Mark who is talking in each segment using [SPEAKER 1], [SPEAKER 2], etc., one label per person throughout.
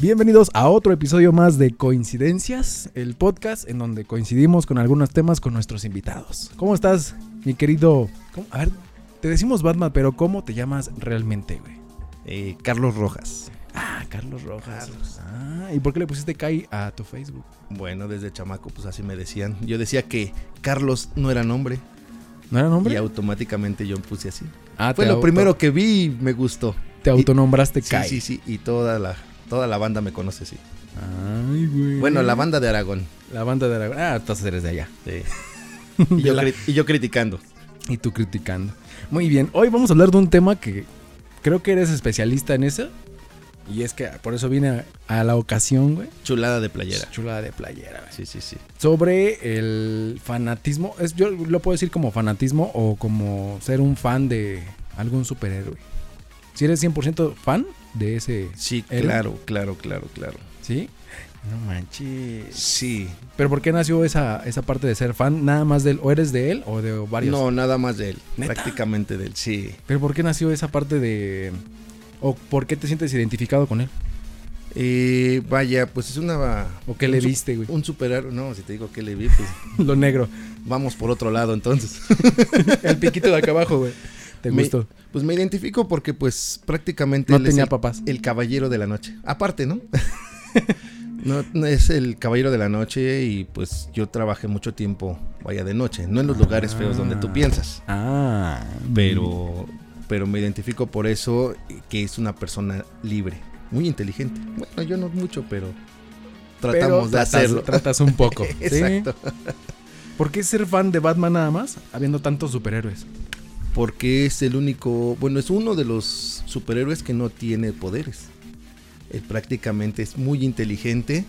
[SPEAKER 1] Bienvenidos a otro episodio más de Coincidencias, el podcast en donde coincidimos con algunos temas con nuestros invitados. ¿Cómo estás, mi querido? ¿Cómo? A ver, te decimos Batman, pero ¿cómo te llamas realmente, güey?
[SPEAKER 2] Eh, Carlos Rojas.
[SPEAKER 1] Ah, Carlos Rojas. Ah, ¿y por qué le pusiste Kai a tu Facebook?
[SPEAKER 2] Bueno, desde chamaco, pues así me decían. Yo decía que Carlos no era nombre
[SPEAKER 1] ¿No era nombre?
[SPEAKER 2] y automáticamente yo puse así.
[SPEAKER 1] ah,
[SPEAKER 2] Fue
[SPEAKER 1] te
[SPEAKER 2] lo
[SPEAKER 1] auto-
[SPEAKER 2] primero que vi y me gustó.
[SPEAKER 1] Te autonombraste
[SPEAKER 2] Sí,
[SPEAKER 1] Kai.
[SPEAKER 2] sí, sí. Y toda la, toda la banda me conoce, sí.
[SPEAKER 1] Ay, güey.
[SPEAKER 2] Bueno, la banda de Aragón.
[SPEAKER 1] La banda de la... Ah, entonces eres de allá.
[SPEAKER 2] sí. Y, yo cri- y yo criticando.
[SPEAKER 1] Y tú criticando. Muy bien, hoy vamos a hablar de un tema que creo que eres especialista en eso. Y es que por eso vine a, a la ocasión, güey.
[SPEAKER 2] Chulada de playera.
[SPEAKER 1] Pues, Chulada de playera, güey.
[SPEAKER 2] Sí, sí, sí.
[SPEAKER 1] Sobre el fanatismo. Es, yo lo puedo decir como fanatismo o como ser un fan de algún superhéroe. Si eres 100% fan de ese.
[SPEAKER 2] Sí,
[SPEAKER 1] ¿Héroe?
[SPEAKER 2] claro, claro, claro, claro.
[SPEAKER 1] ¿Sí? No manches.
[SPEAKER 2] Sí.
[SPEAKER 1] ¿Pero por qué nació esa, esa parte de ser fan? ¿Nada más del. ¿O eres de él o de varios?
[SPEAKER 2] No, nada más de él.
[SPEAKER 1] ¿Neta?
[SPEAKER 2] Prácticamente de él, sí.
[SPEAKER 1] ¿Pero por qué nació esa parte de.? ¿O por qué te sientes identificado con él?
[SPEAKER 2] Eh, vaya, pues es una.
[SPEAKER 1] ¿O qué le
[SPEAKER 2] un su-
[SPEAKER 1] viste, güey?
[SPEAKER 2] Un superhéroe. No, si te digo que le vi, pues
[SPEAKER 1] Lo negro.
[SPEAKER 2] vamos por otro lado entonces.
[SPEAKER 1] El piquito de acá abajo, güey. ¿Te
[SPEAKER 2] Me-
[SPEAKER 1] gustó?
[SPEAKER 2] Pues me identifico porque pues prácticamente
[SPEAKER 1] No
[SPEAKER 2] él es
[SPEAKER 1] tenía
[SPEAKER 2] el,
[SPEAKER 1] papás.
[SPEAKER 2] el caballero de la noche. Aparte, ¿no? no, no, es el caballero de la noche y pues yo trabajé mucho tiempo, vaya de noche, no en los lugares feos donde tú
[SPEAKER 1] Ah. Mm.
[SPEAKER 2] piensas,
[SPEAKER 1] Ah.
[SPEAKER 2] pero pero me identifico por eso eh, que es una persona libre, muy inteligente. Bueno, yo no mucho, pero tratamos de
[SPEAKER 1] tratas,
[SPEAKER 2] hacerlo.
[SPEAKER 1] Tratas un poco. ¿sí?
[SPEAKER 2] Exacto.
[SPEAKER 1] ¿Por qué ser fan de Batman nada más? Habiendo tantos superhéroes.
[SPEAKER 2] Porque es el único, bueno, es uno de los superhéroes que no tiene poderes. Él prácticamente es muy inteligente.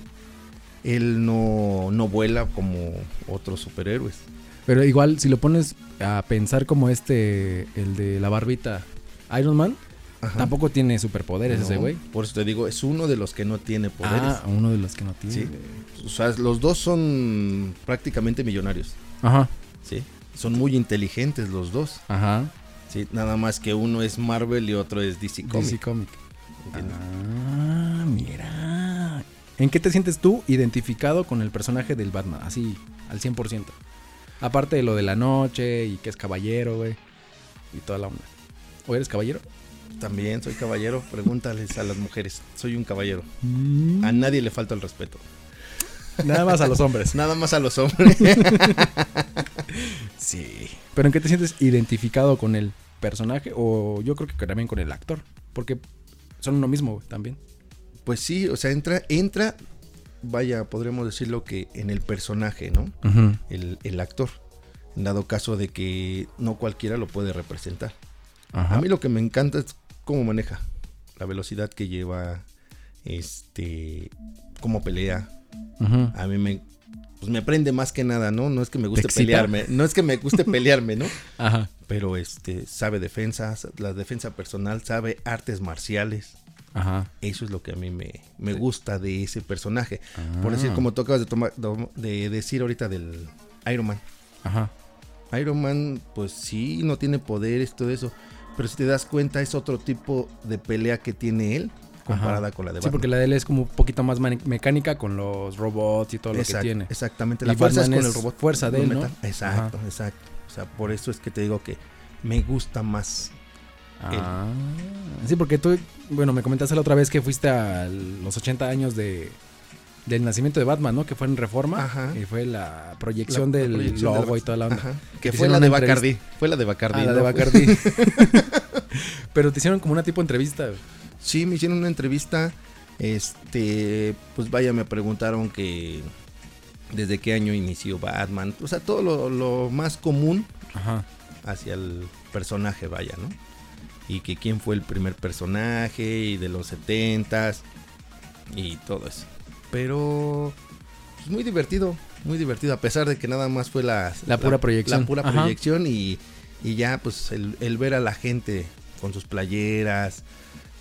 [SPEAKER 2] Él no, no vuela como otros superhéroes.
[SPEAKER 1] Pero igual, si lo pones a pensar como este, el de la barbita Iron Man,
[SPEAKER 2] Ajá.
[SPEAKER 1] tampoco tiene superpoderes ese
[SPEAKER 2] No,
[SPEAKER 1] güey.
[SPEAKER 2] Por eso te digo, es uno de los que no tiene poderes.
[SPEAKER 1] Ah, uno de los que no tiene.
[SPEAKER 2] Sí. O sea, los dos son prácticamente millonarios.
[SPEAKER 1] Ajá,
[SPEAKER 2] ¿sí? Son muy inteligentes los dos.
[SPEAKER 1] ajá.
[SPEAKER 2] ¿sí? Nada más que uno es Marvel y otro es DC Comics.
[SPEAKER 1] DC Comic.
[SPEAKER 2] ¿entiendes?
[SPEAKER 1] Ah, mira. ¿En qué te sientes tú identificado con el personaje del Batman? Así, al 100%. Aparte de lo de la noche y que es caballero, güey. Y toda la onda. ¿O eres caballero?
[SPEAKER 2] También soy caballero. Pregúntales a las mujeres. Soy un caballero.
[SPEAKER 1] Mm.
[SPEAKER 2] A nadie le falta el respeto.
[SPEAKER 1] Ah, Nada más a los hombres.
[SPEAKER 2] Nada más a los hombres.
[SPEAKER 1] Sí. ¿Pero en qué te sientes identificado con el personaje? O yo creo que también con el actor. Porque son lo mismo, güey, también.
[SPEAKER 2] Pues sí, o sea, entra, entra, vaya, podríamos decirlo que en el personaje, ¿no? El, el actor. En dado caso de que no cualquiera lo puede representar.
[SPEAKER 1] Ajá.
[SPEAKER 2] A mí lo que me encanta es cómo maneja, la velocidad que lleva, este, cómo pelea.
[SPEAKER 1] Ujú.
[SPEAKER 2] A mí me, pues me prende más que nada, ¿no? No es que me guste
[SPEAKER 1] excita?
[SPEAKER 2] pelearme, no es que me guste pelearme, ¿no?
[SPEAKER 1] Ajá.
[SPEAKER 2] Pero este, sabe defensas, la defensa personal, sabe artes marciales.
[SPEAKER 1] Ajá.
[SPEAKER 2] Eso es lo que a mí me, me gusta de ese personaje. Por decir,
[SPEAKER 1] Ah.
[SPEAKER 2] como tú acabas de, tomar, de- de decir ahorita del Iron Man.
[SPEAKER 1] Ajá.
[SPEAKER 2] Iron Man, pues sí, no tiene poderes, todo eso. Pero si te das cuenta, es otro tipo de pelea que tiene él comparada con la de
[SPEAKER 1] Sí,
[SPEAKER 2] Batman.
[SPEAKER 1] porque la de él es como un poquito más mani- mecánica con los robots y todo lo
[SPEAKER 2] Exact-
[SPEAKER 1] que tiene.
[SPEAKER 2] Exactamente.
[SPEAKER 1] Y
[SPEAKER 2] La fuerza
[SPEAKER 1] Batman
[SPEAKER 2] es con
[SPEAKER 1] es
[SPEAKER 2] el robot.
[SPEAKER 1] fuerza de
[SPEAKER 2] lo
[SPEAKER 1] él, ¿no?
[SPEAKER 2] metan. Exacto, exacto. O sea, por eso es que te digo que me gusta más.
[SPEAKER 1] Ah. Sí, porque tú, bueno, me comentaste la otra vez que fuiste a los 80 años de del nacimiento de Batman, ¿no? Que fue en Reforma
[SPEAKER 2] Ajá.
[SPEAKER 1] y fue la
[SPEAKER 2] la-
[SPEAKER 1] proyección
[SPEAKER 2] la
[SPEAKER 1] del
[SPEAKER 2] proyección de
[SPEAKER 1] logo
[SPEAKER 2] Bat-
[SPEAKER 1] y toda la onda.
[SPEAKER 2] Ajá.
[SPEAKER 1] Que
[SPEAKER 2] Que
[SPEAKER 1] te
[SPEAKER 2] fue
[SPEAKER 1] hicieron
[SPEAKER 2] la de
[SPEAKER 1] una entrevista.
[SPEAKER 2] Bacardi. Fue la de Bacardi.
[SPEAKER 1] Ah, la
[SPEAKER 2] ¿no?
[SPEAKER 1] de
[SPEAKER 2] Fue-
[SPEAKER 1] Bacardi. Pero te hicieron como una tipo entrevista. güey.
[SPEAKER 2] Sí, me hicieron una entrevista. Este, pues vaya, me preguntaron que desde qué año inició Batman. O sea, todo lo, lo más común
[SPEAKER 1] Ajá.
[SPEAKER 2] hacia el personaje, vaya, ¿no? Y que quién fue el primer personaje y de los setentas y todo eso. Pero pues, muy divertido, muy divertido, a pesar de que nada más fue la,
[SPEAKER 1] La pura proyección.
[SPEAKER 2] La pura
[SPEAKER 1] Ajá.
[SPEAKER 2] proyección y, y ya pues el, el ver a la gente con sus playeras,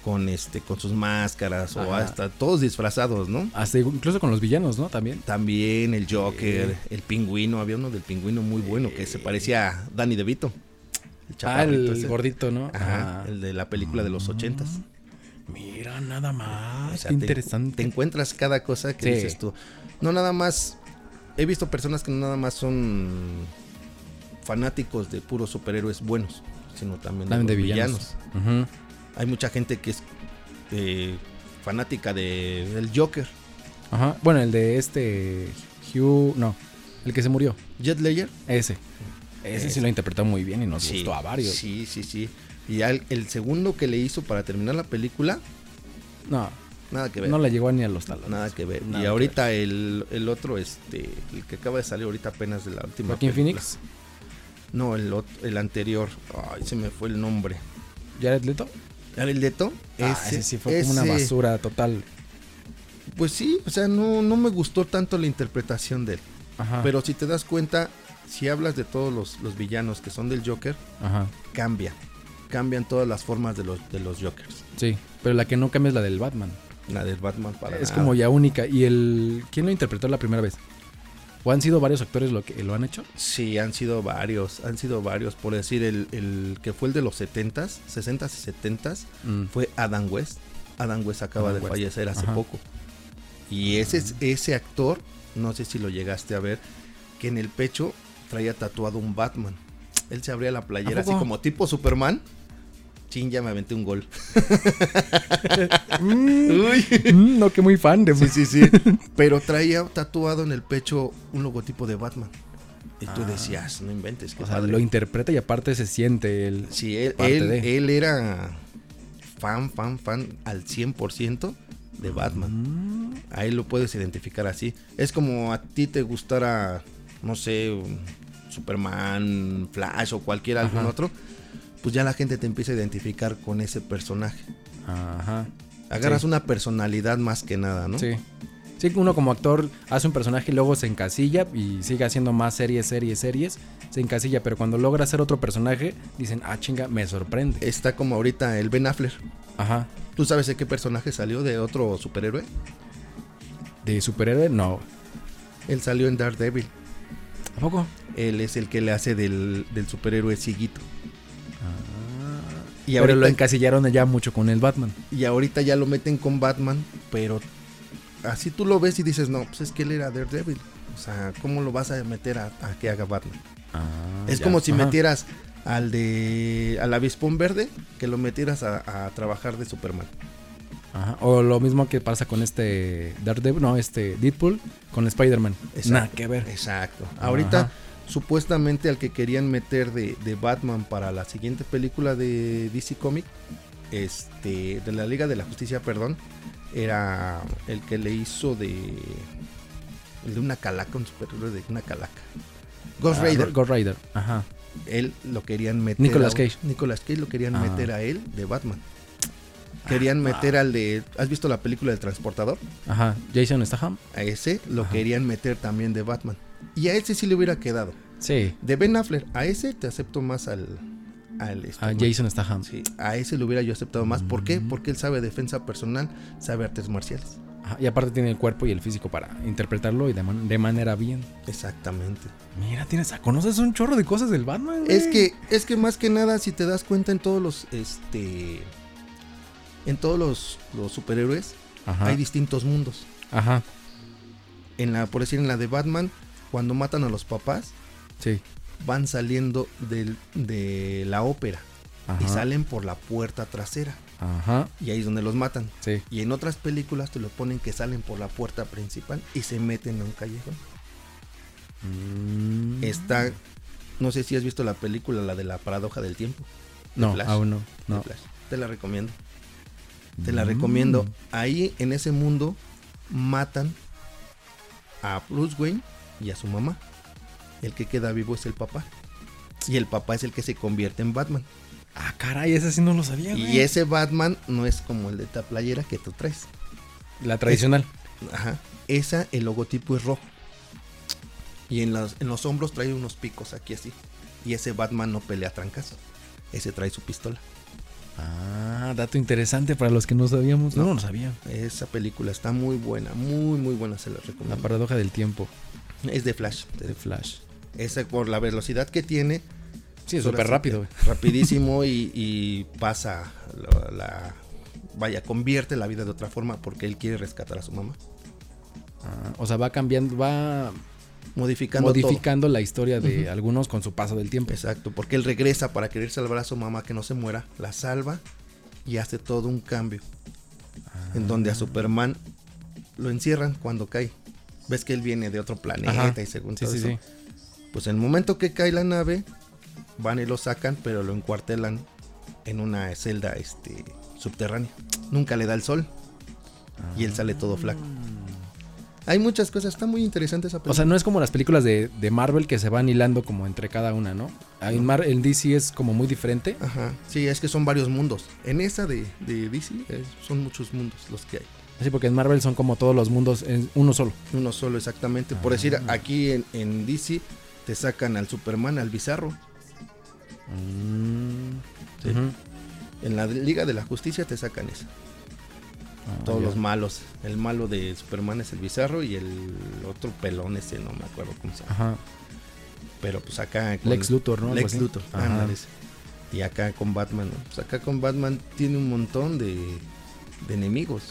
[SPEAKER 2] con este, con sus máscaras, o
[SPEAKER 1] Ajá.
[SPEAKER 2] hasta todos disfrazados, ¿no?
[SPEAKER 1] Hasta incluso con los villanos, ¿no? También.
[SPEAKER 2] También el Joker, el pingüino, había uno del pingüino muy bueno que se parecía a Danny DeVito. El
[SPEAKER 1] ah, el
[SPEAKER 2] chaparrito ese.
[SPEAKER 1] gordito, ¿no?
[SPEAKER 2] Ajá,
[SPEAKER 1] Ah.
[SPEAKER 2] el de la película de los ochentas.
[SPEAKER 1] Mira, nada más.
[SPEAKER 2] O sea,
[SPEAKER 1] qué
[SPEAKER 2] te-
[SPEAKER 1] interesante.
[SPEAKER 2] Te encuentras cada cosa que
[SPEAKER 1] Sí.
[SPEAKER 2] dices tú. No nada más. He visto personas que no nada más son fanáticos de puros superhéroes buenos, sino también,
[SPEAKER 1] También
[SPEAKER 2] de,
[SPEAKER 1] de
[SPEAKER 2] los
[SPEAKER 1] villanos.
[SPEAKER 2] villanos. Hay mucha gente que es eh, fanática de, del Joker.
[SPEAKER 1] Ujú. Ajá. Bueno, el de este. Hugh. No. El que se murió.
[SPEAKER 2] Jet Ledger.
[SPEAKER 1] Ese. Ese sí
[SPEAKER 2] Ese.
[SPEAKER 1] lo interpretó muy bien y nos
[SPEAKER 2] Sí,
[SPEAKER 1] gustó a varios.
[SPEAKER 2] Sí, sí, sí. Y ya el, el segundo que le hizo para terminar la película,
[SPEAKER 1] No,
[SPEAKER 2] nada que ver.
[SPEAKER 1] no le llegó ni a los talones.
[SPEAKER 2] Nada que ver.
[SPEAKER 1] Nada
[SPEAKER 2] y
[SPEAKER 1] que
[SPEAKER 2] ahorita El, el otro, este, el que acaba de salir ahorita apenas de la última.
[SPEAKER 1] Joaquín
[SPEAKER 2] película.
[SPEAKER 1] Phoenix,
[SPEAKER 2] No, el, ot- el anterior. Ay, se me fue el nombre.
[SPEAKER 1] Jared Leto.
[SPEAKER 2] ¿El Leto?
[SPEAKER 1] Ah, ese sí fue como una
[SPEAKER 2] ese-
[SPEAKER 1] basura total.
[SPEAKER 2] Pues sí, o sea, no, no me gustó tanto la interpretación de él.
[SPEAKER 1] Ajá.
[SPEAKER 2] Pero si te das cuenta, si hablas de todos los, los villanos que son del Joker,
[SPEAKER 1] Ajá.
[SPEAKER 2] cambia. Cambian todas las formas de los, de los Jokers.
[SPEAKER 1] Sí. Pero la que no cambia es la del Batman.
[SPEAKER 2] La del Batman para
[SPEAKER 1] es
[SPEAKER 2] nada.
[SPEAKER 1] como ya única. ¿Y el. ¿Quién lo interpretó la primera vez? ¿O han sido varios actores lo que lo han hecho?
[SPEAKER 2] Sí, han sido varios, han sido varios. Por decir, el, el que fue el de los 70s, 60s y 70s,
[SPEAKER 1] Mm.
[SPEAKER 2] fue Adam West. Adam West acaba
[SPEAKER 1] Adam
[SPEAKER 2] de
[SPEAKER 1] West.
[SPEAKER 2] fallecer hace
[SPEAKER 1] Ajá.
[SPEAKER 2] poco. Y ese, es- ese actor, no sé si lo llegaste a ver, que en el pecho traía tatuado un Batman. Él se abría la playera
[SPEAKER 1] ¿A
[SPEAKER 2] así
[SPEAKER 1] poco?
[SPEAKER 2] como tipo Superman. Chin, ya me aventé un gol.
[SPEAKER 1] Mm,
[SPEAKER 2] Uy.
[SPEAKER 1] mm, no, que muy fan de.
[SPEAKER 2] Sí, sí, sí. Pero traía tatuado en el pecho un logotipo de Batman. Y tú
[SPEAKER 1] Ah.
[SPEAKER 2] decías, no inventes, qué
[SPEAKER 1] O sea,
[SPEAKER 2] padre".
[SPEAKER 1] lo interpreta y aparte se siente el.
[SPEAKER 2] Sí, él,
[SPEAKER 1] Parte
[SPEAKER 2] él-
[SPEAKER 1] de.
[SPEAKER 2] él era fan, fan, fan al 100% de Batman.
[SPEAKER 1] Mm.
[SPEAKER 2] A él lo puedes identificar así. Es como a ti te gustara, no sé, un Superman, Flash o cualquier algún
[SPEAKER 1] Ajá.
[SPEAKER 2] otro. Pues ya la gente te empieza a identificar con ese personaje.
[SPEAKER 1] Ajá.
[SPEAKER 2] Agarras
[SPEAKER 1] Sí.
[SPEAKER 2] una personalidad más que nada, ¿no?
[SPEAKER 1] Sí. Sí, uno como actor hace un personaje y luego se encasilla y sigue haciendo más series, series, series. Se encasilla, pero cuando logra hacer otro personaje, dicen, ah, chinga, me sorprende.
[SPEAKER 2] Está como ahorita el Ben Affleck.
[SPEAKER 1] Ajá.
[SPEAKER 2] ¿Tú sabes de qué personaje salió de otro superhéroe?
[SPEAKER 1] ¿De superhéroe? No.
[SPEAKER 2] Él salió en Daredevil.
[SPEAKER 1] ¿A poco?
[SPEAKER 2] Él es el que le hace del, del superhéroe Siguito. Y
[SPEAKER 1] pero lo
[SPEAKER 2] ahorita-
[SPEAKER 1] encasillaron ya mucho con el Batman.
[SPEAKER 2] Y ahorita ya lo meten con Batman, pero así tú lo ves y dices, no, pues es que él era Daredevil. O sea, ¿cómo lo vas a meter a, a que haga Batman?
[SPEAKER 1] Ah,
[SPEAKER 2] es como si
[SPEAKER 1] metieran
[SPEAKER 2] metieras al de al avispón verde, que lo metieras a, a trabajar de Superman.
[SPEAKER 1] Ajá, O lo mismo que pasa con este Daredevil, no, este Deadpool con Spider-Man.
[SPEAKER 2] Exacto.
[SPEAKER 1] Nada que ver.
[SPEAKER 2] Exacto.
[SPEAKER 1] Ajá.
[SPEAKER 2] Ahorita, supuestamente al que querían meter de, de Batman para la siguiente película de DC Comic, este, de la Liga de la Justicia, perdón, era el que le hizo de. El de una calaca, un superhéroe de una calaca. Ghost
[SPEAKER 1] Ah,
[SPEAKER 2] Rider.
[SPEAKER 1] Ghost Rider, ajá.
[SPEAKER 2] él lo querían meter.
[SPEAKER 1] Nicolas
[SPEAKER 2] a-
[SPEAKER 1] Cage.
[SPEAKER 2] Nicolas Cage lo querían
[SPEAKER 1] Ah.
[SPEAKER 2] meter a él de Batman. Querían meter al de. ¿Has visto la película del transportador?
[SPEAKER 1] Ajá. Jason Statham.
[SPEAKER 2] A ese lo
[SPEAKER 1] Ajá.
[SPEAKER 2] querían meter también de Batman. Y a ese sí le hubiera quedado.
[SPEAKER 1] Sí.
[SPEAKER 2] De Ben Affleck, a ese te acepto más al. al este,
[SPEAKER 1] A Ah, Jason Mm. Statham.
[SPEAKER 2] Sí, a ese le hubiera yo aceptado más. ¿Por qué? Porque él sabe defensa personal, sabe artes marciales.
[SPEAKER 1] Ajá, Y aparte tiene el cuerpo y el físico para interpretarlo y de, man- de manera bien.
[SPEAKER 2] Exactamente.
[SPEAKER 1] Mira, tienes, ah, conoces un chorro de cosas del Batman. güey.
[SPEAKER 2] Es que, es que más que nada, si te das cuenta en todos los. Este. En todos los, los superhéroes
[SPEAKER 1] Ajá.
[SPEAKER 2] hay distintos mundos.
[SPEAKER 1] Ajá.
[SPEAKER 2] En la, por decir, en la de Batman, cuando matan a los papás,
[SPEAKER 1] Sí.
[SPEAKER 2] van saliendo del- de la ópera
[SPEAKER 1] Ajá.
[SPEAKER 2] y salen por la puerta trasera.
[SPEAKER 1] Ajá.
[SPEAKER 2] Y ahí es donde los matan.
[SPEAKER 1] Sí.
[SPEAKER 2] Y en otras películas te lo ponen que salen por la puerta principal y se meten a un callejón.
[SPEAKER 1] Mm.
[SPEAKER 2] Está, no sé si has visto la película, la de la paradoja del tiempo.
[SPEAKER 1] No,
[SPEAKER 2] Flash.
[SPEAKER 1] aún no.
[SPEAKER 2] de
[SPEAKER 1] no.
[SPEAKER 2] Flash. Te la recomiendo. Te la
[SPEAKER 1] Mm.
[SPEAKER 2] recomiendo. Ahí en ese mundo matan a Bruce Wayne y a su mamá. El que queda vivo es el papá. Y el papá es el que se convierte en Batman.
[SPEAKER 1] Ah, caray, ese sí no lo sabía, güey.
[SPEAKER 2] Y ese Batman no es como el de esta playera que tú traes.
[SPEAKER 1] La tradicional.
[SPEAKER 2] Ajá. Esa, el logotipo es rojo. Y en los, en los hombros trae unos picos aquí así. Y ese Batman no pelea a trancas. Ese trae su pistola.
[SPEAKER 1] Ah, dato interesante para los que no sabíamos. No, no, sabía.
[SPEAKER 2] Esa película está muy buena, muy muy buena, se la
[SPEAKER 1] La
[SPEAKER 2] recomiendo.
[SPEAKER 1] paradoja del tiempo
[SPEAKER 2] Es de Flash. te
[SPEAKER 1] de
[SPEAKER 2] digo.
[SPEAKER 1] Flash.
[SPEAKER 2] Esa por la velocidad que tiene,
[SPEAKER 1] Sí,
[SPEAKER 2] súper
[SPEAKER 1] súper rápido.
[SPEAKER 2] rapidísimo y, y pasa la, la- vaya, convierte la vida de otra forma porque él quiere rescatar a su mamá.
[SPEAKER 1] Ah, o sea, va cambiando, va
[SPEAKER 2] Modificando
[SPEAKER 1] modificando la historia de algunos con su paso del
[SPEAKER 2] todo.
[SPEAKER 1] tiempo.
[SPEAKER 2] Exacto, porque él regresa para querer salvar a su mamá que no se muera, la salva y hace todo un cambio.
[SPEAKER 1] Ah.
[SPEAKER 2] En donde a Superman lo encierran cuando cae. Ves que él viene de otro planeta
[SPEAKER 1] Ajá.
[SPEAKER 2] y según
[SPEAKER 1] Sí,
[SPEAKER 2] todo
[SPEAKER 1] sí,
[SPEAKER 2] eso.
[SPEAKER 1] sí.
[SPEAKER 2] Pues en el momento que cae la nave, van y lo sacan, pero lo encuartelan en una celda este, subterránea. Nunca le da el sol. Y él sale todo flaco. Hay muchas cosas, está muy interesante esa película.
[SPEAKER 1] Ah. O sea, no es como las películas de, de Marvel que se van hilando como entre cada una, ¿no? Ah, En, Mar- en DC es como muy diferente.
[SPEAKER 2] Ajá, sí, es que son varios mundos. En esa de, de DC eh, son muchos mundos los que hay.
[SPEAKER 1] Así porque en Marvel son como todos los mundos en uno solo.
[SPEAKER 2] Uno solo exactamente. Por decir,
[SPEAKER 1] Ah.
[SPEAKER 2] aquí en, en DC te sacan al Superman, al Bizarro. Mm. Sí.
[SPEAKER 1] Ujú.
[SPEAKER 2] En la Liga de la Justicia te sacan esa.
[SPEAKER 1] Ah,
[SPEAKER 2] Todos
[SPEAKER 1] ya.
[SPEAKER 2] los malos. El malo de Superman es el Bizarro y el otro pelón ese, no me acuerdo cómo se llama.
[SPEAKER 1] Ajá.
[SPEAKER 2] Pero pues acá... con-
[SPEAKER 1] Lex Luthor, ¿no? Algo
[SPEAKER 2] Lex
[SPEAKER 1] así.
[SPEAKER 2] Luthor,
[SPEAKER 1] Ajá.
[SPEAKER 2] ándale, ese. Y acá con Batman, ¿no? Pues acá con Batman tiene un montón de, de enemigos.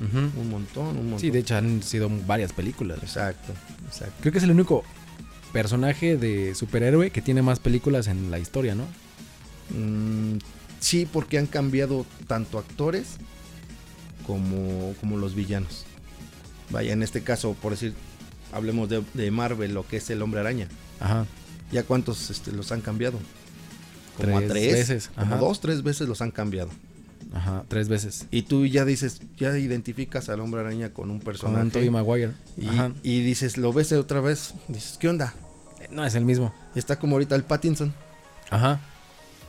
[SPEAKER 1] Ujú.
[SPEAKER 2] Un montón, un montón.
[SPEAKER 1] Sí, de hecho han sido varias películas.
[SPEAKER 2] Exacto, exacto.
[SPEAKER 1] Creo que es el único personaje de superhéroe que tiene más películas en la historia, ¿no?
[SPEAKER 2] Mm, sí, porque han cambiado tanto actores como, como los villanos. Vaya, en este caso, por decir, hablemos de, de Marvel, lo que es el hombre araña.
[SPEAKER 1] Ajá.
[SPEAKER 2] ¿Ya cuántos este, los han cambiado? Como
[SPEAKER 1] Tres
[SPEAKER 2] a tres.
[SPEAKER 1] veces,
[SPEAKER 2] Como
[SPEAKER 1] ajá.
[SPEAKER 2] dos, tres veces los han cambiado.
[SPEAKER 1] Ajá. Tres veces.
[SPEAKER 2] Y tú ya dices, ya identificas al hombre araña con un
[SPEAKER 1] Con
[SPEAKER 2] personaje.
[SPEAKER 1] Tobey Maguire.
[SPEAKER 2] y,
[SPEAKER 1] Ajá.
[SPEAKER 2] y dices, lo ves otra vez. Dices, ¿qué onda?
[SPEAKER 1] No es el mismo.
[SPEAKER 2] Está como ahorita el Pattinson.
[SPEAKER 1] Ajá.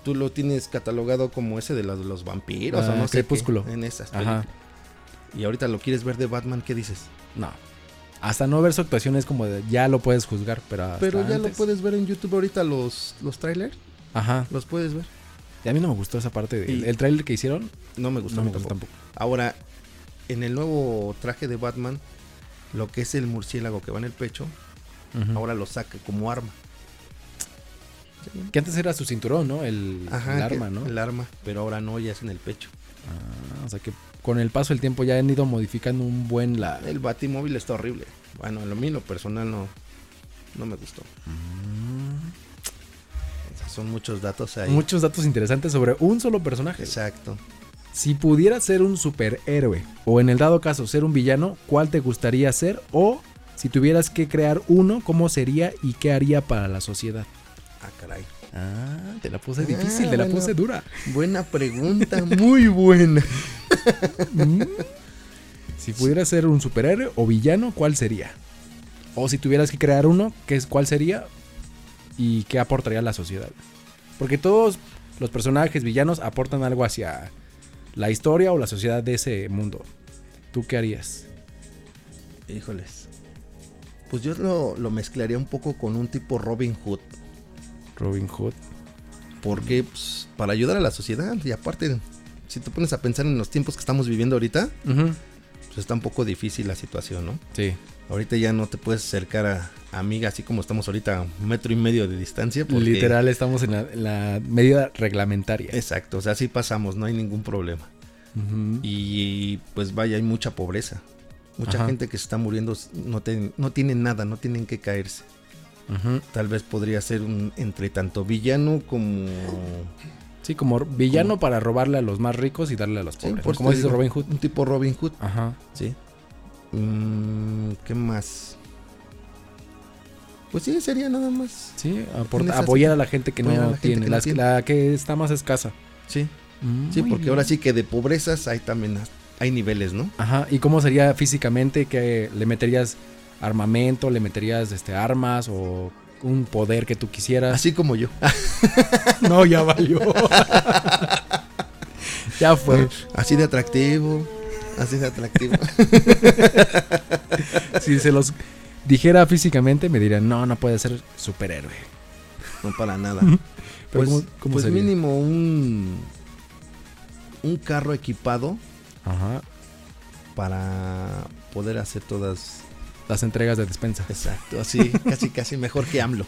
[SPEAKER 2] Tú lo tienes catalogado como ese de, la- de los vampiros
[SPEAKER 1] Ah,
[SPEAKER 2] o no sé. qué,
[SPEAKER 1] Crepúsculo.
[SPEAKER 2] en esas.
[SPEAKER 1] Ajá.
[SPEAKER 2] Y ahorita lo quieres ver de Batman, ¿qué dices?
[SPEAKER 1] No. Hasta no ver su actuación es como de ya lo puedes juzgar, pero hasta
[SPEAKER 2] Pero ya lo
[SPEAKER 1] antes.
[SPEAKER 2] puedes ver en YouTube ahorita los, los trailers,
[SPEAKER 1] Ajá.
[SPEAKER 2] los puedes ver.
[SPEAKER 1] Y a mí no me gustó esa parte del
[SPEAKER 2] Y-
[SPEAKER 1] el tráiler que hicieron.
[SPEAKER 2] No me gustó,
[SPEAKER 1] no
[SPEAKER 2] a
[SPEAKER 1] me
[SPEAKER 2] mí
[SPEAKER 1] gustó tampoco.
[SPEAKER 2] tampoco. Ahora, en el nuevo traje de Batman, lo que es el murciélago que va en el pecho,
[SPEAKER 1] Ujú.
[SPEAKER 2] ahora lo saca como arma.
[SPEAKER 1] Que antes era su cinturón, ¿no? El, el
[SPEAKER 2] que-
[SPEAKER 1] arma, ¿no?
[SPEAKER 2] El arma, pero ahora no, ya es en el pecho.
[SPEAKER 1] Ah, o sea que con el paso del tiempo ya han ido modificando un buen la.
[SPEAKER 2] El batimóvil está horrible. Bueno, lo mío, lo personal, no, no me gustó.
[SPEAKER 1] Mm.
[SPEAKER 2] O sea, son muchos datos ahí.
[SPEAKER 1] Muchos datos interesantes sobre un solo personaje.
[SPEAKER 2] Exacto.
[SPEAKER 1] Si pudieras ser un superhéroe, o en el dado caso ser un villano, ¿cuál te gustaría ser? O si tuvieras que crear uno, ¿cómo sería y qué haría para la sociedad?
[SPEAKER 2] Ah, caray.
[SPEAKER 1] Ah, te la puse
[SPEAKER 2] Ah,
[SPEAKER 1] difícil, te la
[SPEAKER 2] bueno.
[SPEAKER 1] puse dura.
[SPEAKER 2] Buena pregunta, muy buena.
[SPEAKER 1] Mm. si pudieras ser un superhéroe o villano, ¿cuál sería? O si tuvieras que crear uno, ¿qué es, ¿cuál sería? ¿Y qué aportaría a la sociedad? Porque todos los personajes villanos aportan algo hacia la historia o la sociedad de ese mundo. ¿Tú qué harías?
[SPEAKER 2] Híjoles. Pues yo lo, lo mezclaría un poco con un tipo Robin Hood.
[SPEAKER 1] Robin Hood. Mm.
[SPEAKER 2] Porque pues, para ayudar a la sociedad. Y aparte, si te pones a pensar en los tiempos que estamos viviendo ahorita, pues está un poco difícil la situación, ¿no?
[SPEAKER 1] Sí.
[SPEAKER 2] Ahorita ya no te puedes acercar a, a amiga así como estamos ahorita, a un metro y medio de distancia. porque-
[SPEAKER 1] Literal, estamos en la, en la medida reglamentaria.
[SPEAKER 2] Exacto, o sea, así pasamos, no hay ningún problema.
[SPEAKER 1] Ujú.
[SPEAKER 2] Y pues vaya, hay mucha pobreza. Mucha
[SPEAKER 1] Ajá.
[SPEAKER 2] gente que se está muriendo no, ten- no tienen nada, no tienen que caerse.
[SPEAKER 1] Ujú.
[SPEAKER 2] Tal vez podría ser un entre tanto villano como.
[SPEAKER 1] Sí, como villano para robarle a los más ricos y darle a los pobres.
[SPEAKER 2] por
[SPEAKER 1] ¿no? Como
[SPEAKER 2] eso
[SPEAKER 1] dice
[SPEAKER 2] digo,
[SPEAKER 1] Robin Hood.
[SPEAKER 2] Un tipo Robin Hood.
[SPEAKER 1] Ajá.
[SPEAKER 2] Sí. Mm, ¿Qué más? Pues sí, sería nada más.
[SPEAKER 1] Sí,
[SPEAKER 2] En
[SPEAKER 1] aporta-
[SPEAKER 2] esas-
[SPEAKER 1] apoyar a la gente que no
[SPEAKER 2] apoyar a la gente
[SPEAKER 1] tiene,
[SPEAKER 2] que no
[SPEAKER 1] las-
[SPEAKER 2] tiene. Mm,
[SPEAKER 1] la que está más escasa.
[SPEAKER 2] Sí. Sí, porque ahora sí que de pobrezas hay también has- hay niveles, ¿no?
[SPEAKER 1] Ajá, ¿y cómo sería físicamente que le meterías armamento, le meterías este armas o un poder que tú quisieras?
[SPEAKER 2] Así como yo.
[SPEAKER 1] no, ya valió. ya fue.
[SPEAKER 2] Así de atractivo. Así de atractivo.
[SPEAKER 1] Si se los dijera físicamente me dirían, "No, no puede ser superhéroe."
[SPEAKER 2] no para nada.
[SPEAKER 1] Pero
[SPEAKER 2] Pues,
[SPEAKER 1] ¿cómo- cómo
[SPEAKER 2] pues
[SPEAKER 1] sería?
[SPEAKER 2] mínimo un. Un carro equipado
[SPEAKER 1] Ajá.
[SPEAKER 2] para poder hacer todas
[SPEAKER 1] Las entregas de despensa.
[SPEAKER 2] Exacto, así, casi, casi mejor que AMLO,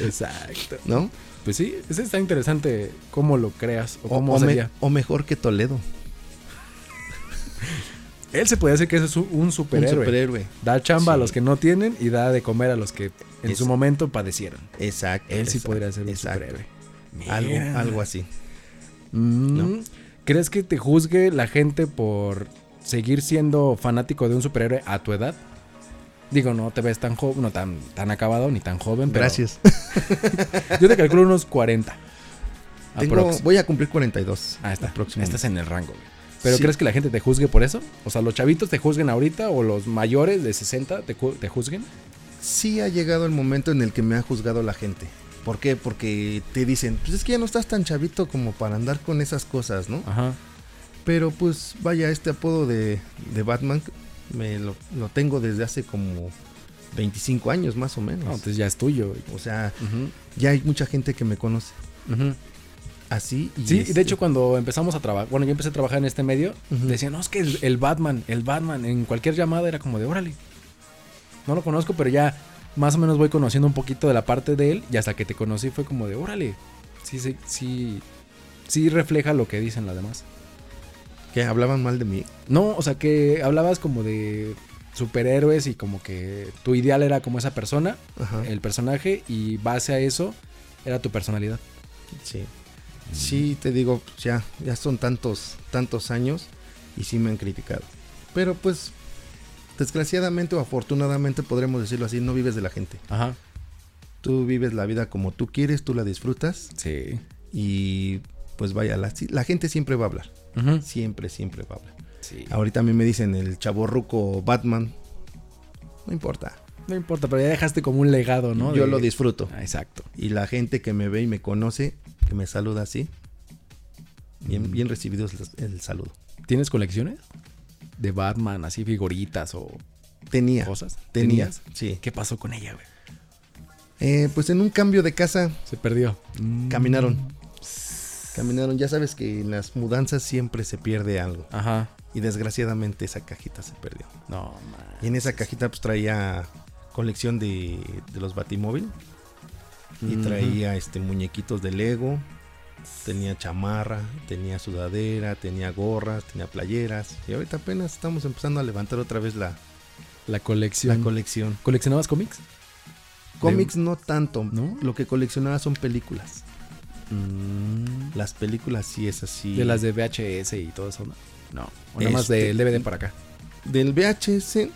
[SPEAKER 1] Exacto.
[SPEAKER 2] ¿no?
[SPEAKER 1] Pues sí, ese está interesante cómo lo creas o
[SPEAKER 2] O,
[SPEAKER 1] cómo
[SPEAKER 2] o me-
[SPEAKER 1] sería.
[SPEAKER 2] o mejor que Toledo.
[SPEAKER 1] Él se puede decir que eso es un- un
[SPEAKER 2] Un
[SPEAKER 1] superhéroe.
[SPEAKER 2] superhéroe.
[SPEAKER 1] Da chamba a
[SPEAKER 2] Sí.
[SPEAKER 1] los que no tienen y da de comer a los que en
[SPEAKER 2] Es-
[SPEAKER 1] su momento padecieron.
[SPEAKER 2] Exacto.
[SPEAKER 1] Él sí
[SPEAKER 2] exacto,
[SPEAKER 1] podría ser un
[SPEAKER 2] exacto.
[SPEAKER 1] superhéroe.
[SPEAKER 2] Algo,
[SPEAKER 1] Mira.
[SPEAKER 2] algo así.
[SPEAKER 1] Mm,
[SPEAKER 2] ¿no?
[SPEAKER 1] ¿Crees que te juzgue la gente por seguir siendo fanático de un superhéroe a tu edad? Digo, no te ves tan joven, no tan, tan acabado ni tan joven. pero
[SPEAKER 2] Gracias.
[SPEAKER 1] Yo te calculo unos 40.
[SPEAKER 2] Tengo-
[SPEAKER 1] aprox.
[SPEAKER 2] voy a cumplir 42.
[SPEAKER 1] Ah, está.
[SPEAKER 2] aproximadamente.
[SPEAKER 1] Estás en el rango, güey. ¿Pero
[SPEAKER 2] Sí.
[SPEAKER 1] crees que la gente te juzgue por eso? O sea, ¿los chavitos te juzguen ahorita o los mayores de 60 te, cu- te juzguen?
[SPEAKER 2] Sí ha llegado el momento en el que me ha juzgado la gente. ¿Por qué? Porque te dicen, pues es que ya no estás tan chavito como para andar con esas cosas, ¿no?
[SPEAKER 1] Ajá.
[SPEAKER 2] Pero pues vaya, este apodo de, de Batman me lo, lo tengo desde hace como 25 años más o menos.
[SPEAKER 1] No, pues, entonces ya es tuyo, güey.
[SPEAKER 2] O sea,
[SPEAKER 1] Ujú,
[SPEAKER 2] ya hay mucha gente que me conoce
[SPEAKER 1] ujú.
[SPEAKER 2] así. Y
[SPEAKER 1] Sí, y
[SPEAKER 2] este,
[SPEAKER 1] de hecho cuando empezamos a trabajar, bueno, yo empecé a trabajar en este medio,
[SPEAKER 2] Ujú.
[SPEAKER 1] decían, no, es que el, el Batman, el Batman, en cualquier llamada era como de, órale, no lo conozco, pero ya más o menos voy conociendo un poquito de la parte de él y hasta que te conocí fue como de, órale, sí, sí, sí, sí refleja lo que dicen las demás.
[SPEAKER 2] Que hablaban mal de mí.
[SPEAKER 1] No, o sea que hablabas como de superhéroes y como que tu ideal era como esa persona,
[SPEAKER 2] Ajá.
[SPEAKER 1] el personaje, y base a eso era tu personalidad.
[SPEAKER 2] Sí.
[SPEAKER 1] mm.
[SPEAKER 2] Sí, te digo, pues, ya, ya son tantos, tantos años y sí me han criticado. Pero pues, desgraciadamente o afortunadamente podremos decirlo así, no vives de la gente.
[SPEAKER 1] Ajá.
[SPEAKER 2] Tú vives la vida como tú quieres, tú la disfrutas
[SPEAKER 1] Sí.
[SPEAKER 2] y pues vaya, la, sí, la gente siempre va a hablar. Siempre, siempre va a hablar.
[SPEAKER 1] Sí.
[SPEAKER 2] Ahorita a mí me dicen el chaborruco Batman. No importa.
[SPEAKER 1] No importa, pero ya dejaste como un legado, ¿no?
[SPEAKER 2] Yo
[SPEAKER 1] De-
[SPEAKER 2] lo disfruto.
[SPEAKER 1] Ah, exacto.
[SPEAKER 2] Y la gente que me ve y me conoce, que me saluda así.
[SPEAKER 1] Mm.
[SPEAKER 2] Bien, bien recibidos los- el saludo.
[SPEAKER 1] ¿Tienes colecciones? De Batman, así figuritas o
[SPEAKER 2] Tenía.
[SPEAKER 1] cosas.
[SPEAKER 2] Tenía.
[SPEAKER 1] ¿Tenías?
[SPEAKER 2] Sí.
[SPEAKER 1] ¿Qué pasó con ella, güey?
[SPEAKER 2] Eh, pues en un cambio de casa
[SPEAKER 1] Se perdió.
[SPEAKER 2] caminaron.
[SPEAKER 1] Mm.
[SPEAKER 2] Caminaron. Ya sabes que en las mudanzas siempre se pierde algo.
[SPEAKER 1] Ajá.
[SPEAKER 2] Y desgraciadamente esa cajita se perdió.
[SPEAKER 1] No, man.
[SPEAKER 2] Y en esa cajita pues traía colección de, de los Batimóvil. Y
[SPEAKER 1] Ujú.
[SPEAKER 2] traía este muñequitos de Lego. Tenía chamarra, tenía sudadera, tenía gorras, tenía playeras. Y ahorita apenas estamos empezando a levantar otra vez la,
[SPEAKER 1] La
[SPEAKER 2] la
[SPEAKER 1] colección.
[SPEAKER 2] colección.
[SPEAKER 1] ¿Coleccionabas cómics?
[SPEAKER 2] Cómics no tanto.
[SPEAKER 1] ¿No?
[SPEAKER 2] Lo que coleccionaba son películas.
[SPEAKER 1] Mm.
[SPEAKER 2] Las películas sí es así.
[SPEAKER 1] De las de VHS y todo eso, ¿no? No. O nada más
[SPEAKER 2] Este-
[SPEAKER 1] del DVD para acá.
[SPEAKER 2] Del VHS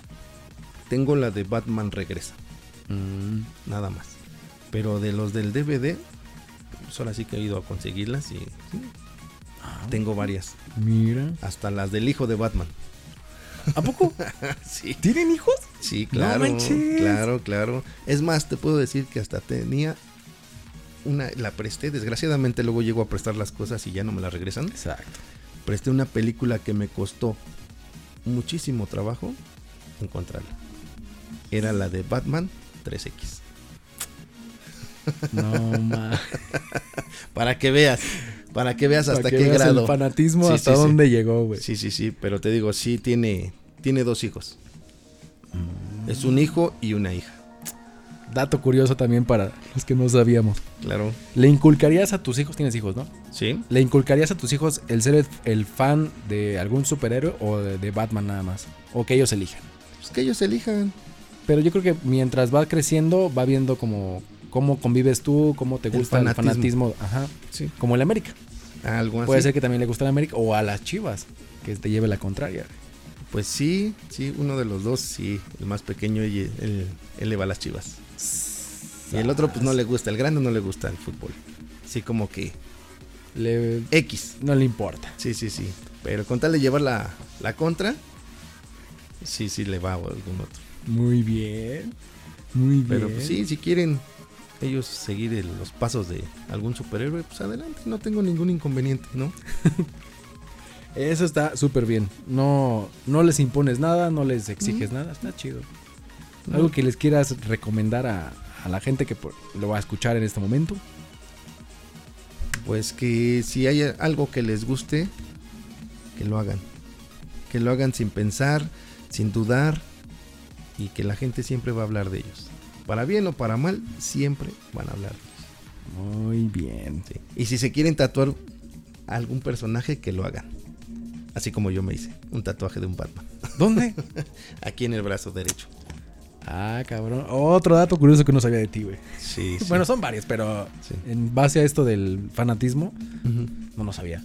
[SPEAKER 2] tengo la de Batman Regresa,
[SPEAKER 1] Mm.
[SPEAKER 2] nada más. Pero de los del DVD, pues ahora sí que he ido a conseguirlas y sí,
[SPEAKER 1] Ah,
[SPEAKER 2] tengo varias.
[SPEAKER 1] Mira.
[SPEAKER 2] Hasta las del hijo de Batman.
[SPEAKER 1] ¿A poco?
[SPEAKER 2] sí,
[SPEAKER 1] ¿Tienen hijos?
[SPEAKER 2] sí,
[SPEAKER 1] No
[SPEAKER 2] claro.
[SPEAKER 1] manches.
[SPEAKER 2] claro, claro. Es más, te puedo decir que hasta tenía una, la presté, desgraciadamente luego llego a prestar las cosas y ya no me las regresan.
[SPEAKER 1] Exacto.
[SPEAKER 2] Presté una película que me costó muchísimo trabajo encontrarla. Era la de Batman 3X.
[SPEAKER 1] No, man.
[SPEAKER 2] Para que veas, para que veas
[SPEAKER 1] Para
[SPEAKER 2] hasta
[SPEAKER 1] que
[SPEAKER 2] qué
[SPEAKER 1] veas
[SPEAKER 2] grado.
[SPEAKER 1] El fanatismo
[SPEAKER 2] Sí,
[SPEAKER 1] hasta
[SPEAKER 2] sí, sí.
[SPEAKER 1] dónde llegó, güey.
[SPEAKER 2] Sí, sí, sí, pero te digo, sí tiene, tiene dos hijos. Es un hijo y una hija.
[SPEAKER 1] Dato curioso también para los que no sabíamos.
[SPEAKER 2] Claro.
[SPEAKER 1] ¿Le inculcarías a tus hijos, tienes hijos, no?
[SPEAKER 2] Sí.
[SPEAKER 1] ¿Le inculcarías a tus hijos el ser el, el fan de algún superhéroe o de, de Batman nada más? O que ellos elijan.
[SPEAKER 2] Pues que ellos elijan.
[SPEAKER 1] Pero yo creo que mientras va creciendo, va viendo como cómo convives tú, cómo te
[SPEAKER 2] El
[SPEAKER 1] gusta el fanatismo.
[SPEAKER 2] fanatismo.
[SPEAKER 1] Ajá.
[SPEAKER 2] Sí.
[SPEAKER 1] Como el América.
[SPEAKER 2] Algo así.
[SPEAKER 1] Puede ser que también le guste el América o a las Chivas, que te lleve la contraria.
[SPEAKER 2] Pues sí, sí, uno de los dos, sí. El más pequeño y el, él le va a las chivas. Y el otro, pues no le gusta. El grande no le gusta el fútbol. Sí, como que
[SPEAKER 1] Le-
[SPEAKER 2] X.
[SPEAKER 1] no le importa.
[SPEAKER 2] Sí, sí, sí. Pero con tal de llevar la, la contra, sí, sí le va a algún otro.
[SPEAKER 1] Muy bien. Muy bien.
[SPEAKER 2] Pero pues, sí, si quieren ellos seguir el- los pasos de algún superhéroe, pues adelante, no tengo ningún inconveniente, ¿no?
[SPEAKER 1] Eso está súper bien. No, no les impones nada, no les exiges nada. Está chido. Algo que les quieras recomendar a, a la gente que por- lo va a escuchar en este momento.
[SPEAKER 2] Pues que si hay algo que les guste, que lo hagan. Que lo hagan sin pensar, sin dudar y que la gente siempre va a hablar de ellos. Para bien o para mal, siempre van a hablar de ellos.
[SPEAKER 1] Muy bien.
[SPEAKER 2] Sí. Y si se quieren tatuar a algún personaje, que lo hagan. Así como yo me hice, un tatuaje de un Batman.
[SPEAKER 1] ¿Dónde?
[SPEAKER 2] Aquí en el brazo derecho.
[SPEAKER 1] ah, cabrón. Otro dato curioso que no sabía de ti, güey.
[SPEAKER 2] Sí,
[SPEAKER 1] Bueno, son varios, pero
[SPEAKER 2] Sí.
[SPEAKER 1] en base a esto del fanatismo,
[SPEAKER 2] Ujú.
[SPEAKER 1] no lo sabía.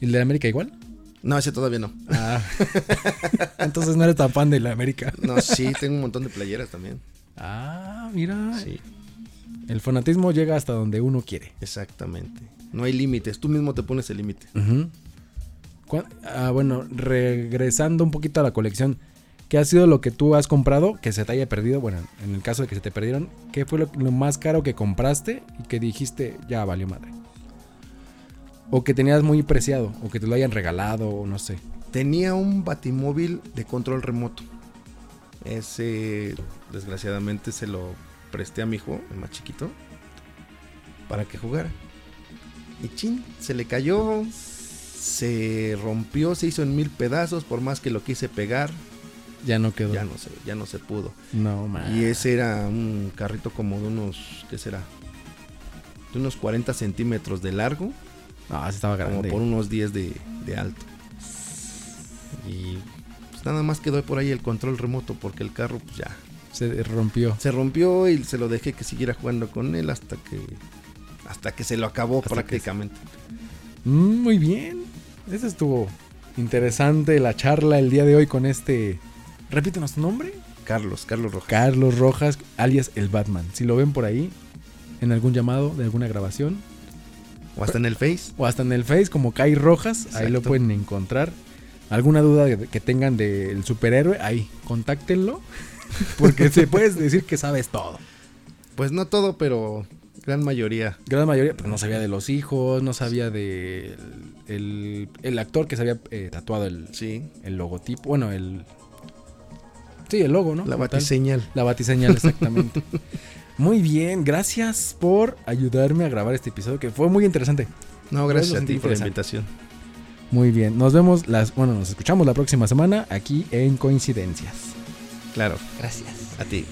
[SPEAKER 1] ¿Y el de América igual?
[SPEAKER 2] No, ese todavía no.
[SPEAKER 1] Ah. Entonces no eres tan fan de la América.
[SPEAKER 2] No, sí, tengo un montón de playeras también.
[SPEAKER 1] Ah, mira.
[SPEAKER 2] Sí,
[SPEAKER 1] El fanatismo llega hasta donde uno quiere.
[SPEAKER 2] exactamente. No hay límites, tú mismo te pones el límite.
[SPEAKER 1] Cu- ah, bueno, regresando un poquito a la colección, ¿qué ha sido lo que tú has comprado que se te haya perdido? Bueno, en el caso de que se te perdieron, ¿qué fue lo, lo más caro que compraste y que dijiste ya valió madre? O que tenías muy preciado, o que te lo hayan regalado, o no sé.
[SPEAKER 2] Tenía un batimóvil de control remoto. Ese, desgraciadamente, se lo presté a mi hijo, el más chiquito, para que jugara. Y chin, se le cayó, se rompió, se hizo en mil pedazos, por más que lo quise pegar,
[SPEAKER 1] Ya no quedó.
[SPEAKER 2] ya no se, ya no se pudo.
[SPEAKER 1] No, man.
[SPEAKER 2] Y ese era un carrito como de unos, ¿qué será? De unos 40 centímetros de largo,
[SPEAKER 1] Ah, sí estaba
[SPEAKER 2] como
[SPEAKER 1] grande.
[SPEAKER 2] por unos 10 de, de alto. Y pues nada más quedó por ahí el control remoto porque el carro pues ya
[SPEAKER 1] Se rompió.
[SPEAKER 2] se rompió y se lo dejé que siguiera jugando con él hasta que hasta que se lo acabó
[SPEAKER 1] Hasta que-
[SPEAKER 2] prácticamente.
[SPEAKER 1] Mm, muy bien. Esa estuvo interesante la charla el día de hoy con este. Repítenos tu nombre.
[SPEAKER 2] Carlos, Carlos Rojas.
[SPEAKER 1] Carlos Rojas, alias el Batman. Si lo ven por ahí, en algún llamado de alguna grabación,
[SPEAKER 2] O hasta en el Face.
[SPEAKER 1] o hasta en el Face como Kai Rojas, ahí lo
[SPEAKER 2] Exacto.
[SPEAKER 1] pueden encontrar. Alguna duda que- que tengan del superhéroe, ahí, contáctenlo. Porque se puede decir que sabes todo.
[SPEAKER 2] Pues no todo, pero gran mayoría.
[SPEAKER 1] Gran mayoría, pues no sabía de los hijos, no sabía de el, el actor que se había eh, tatuado el,
[SPEAKER 2] Sí.
[SPEAKER 1] el logotipo. Bueno, el. Sí, el logo, ¿no?
[SPEAKER 2] La
[SPEAKER 1] Como tal.
[SPEAKER 2] batiseñal.
[SPEAKER 1] La batiseñal, exactamente. muy bien, gracias por ayudarme a grabar este episodio que fue muy interesante.
[SPEAKER 2] No,
[SPEAKER 1] Yo
[SPEAKER 2] gracias
[SPEAKER 1] lo
[SPEAKER 2] a ti
[SPEAKER 1] sentí
[SPEAKER 2] por la
[SPEAKER 1] interesante.
[SPEAKER 2] invitación.
[SPEAKER 1] Muy bien, nos vemos las. Bueno, nos escuchamos la próxima semana aquí en Coincidencias.
[SPEAKER 2] Claro,
[SPEAKER 1] Gracias.
[SPEAKER 2] a ti.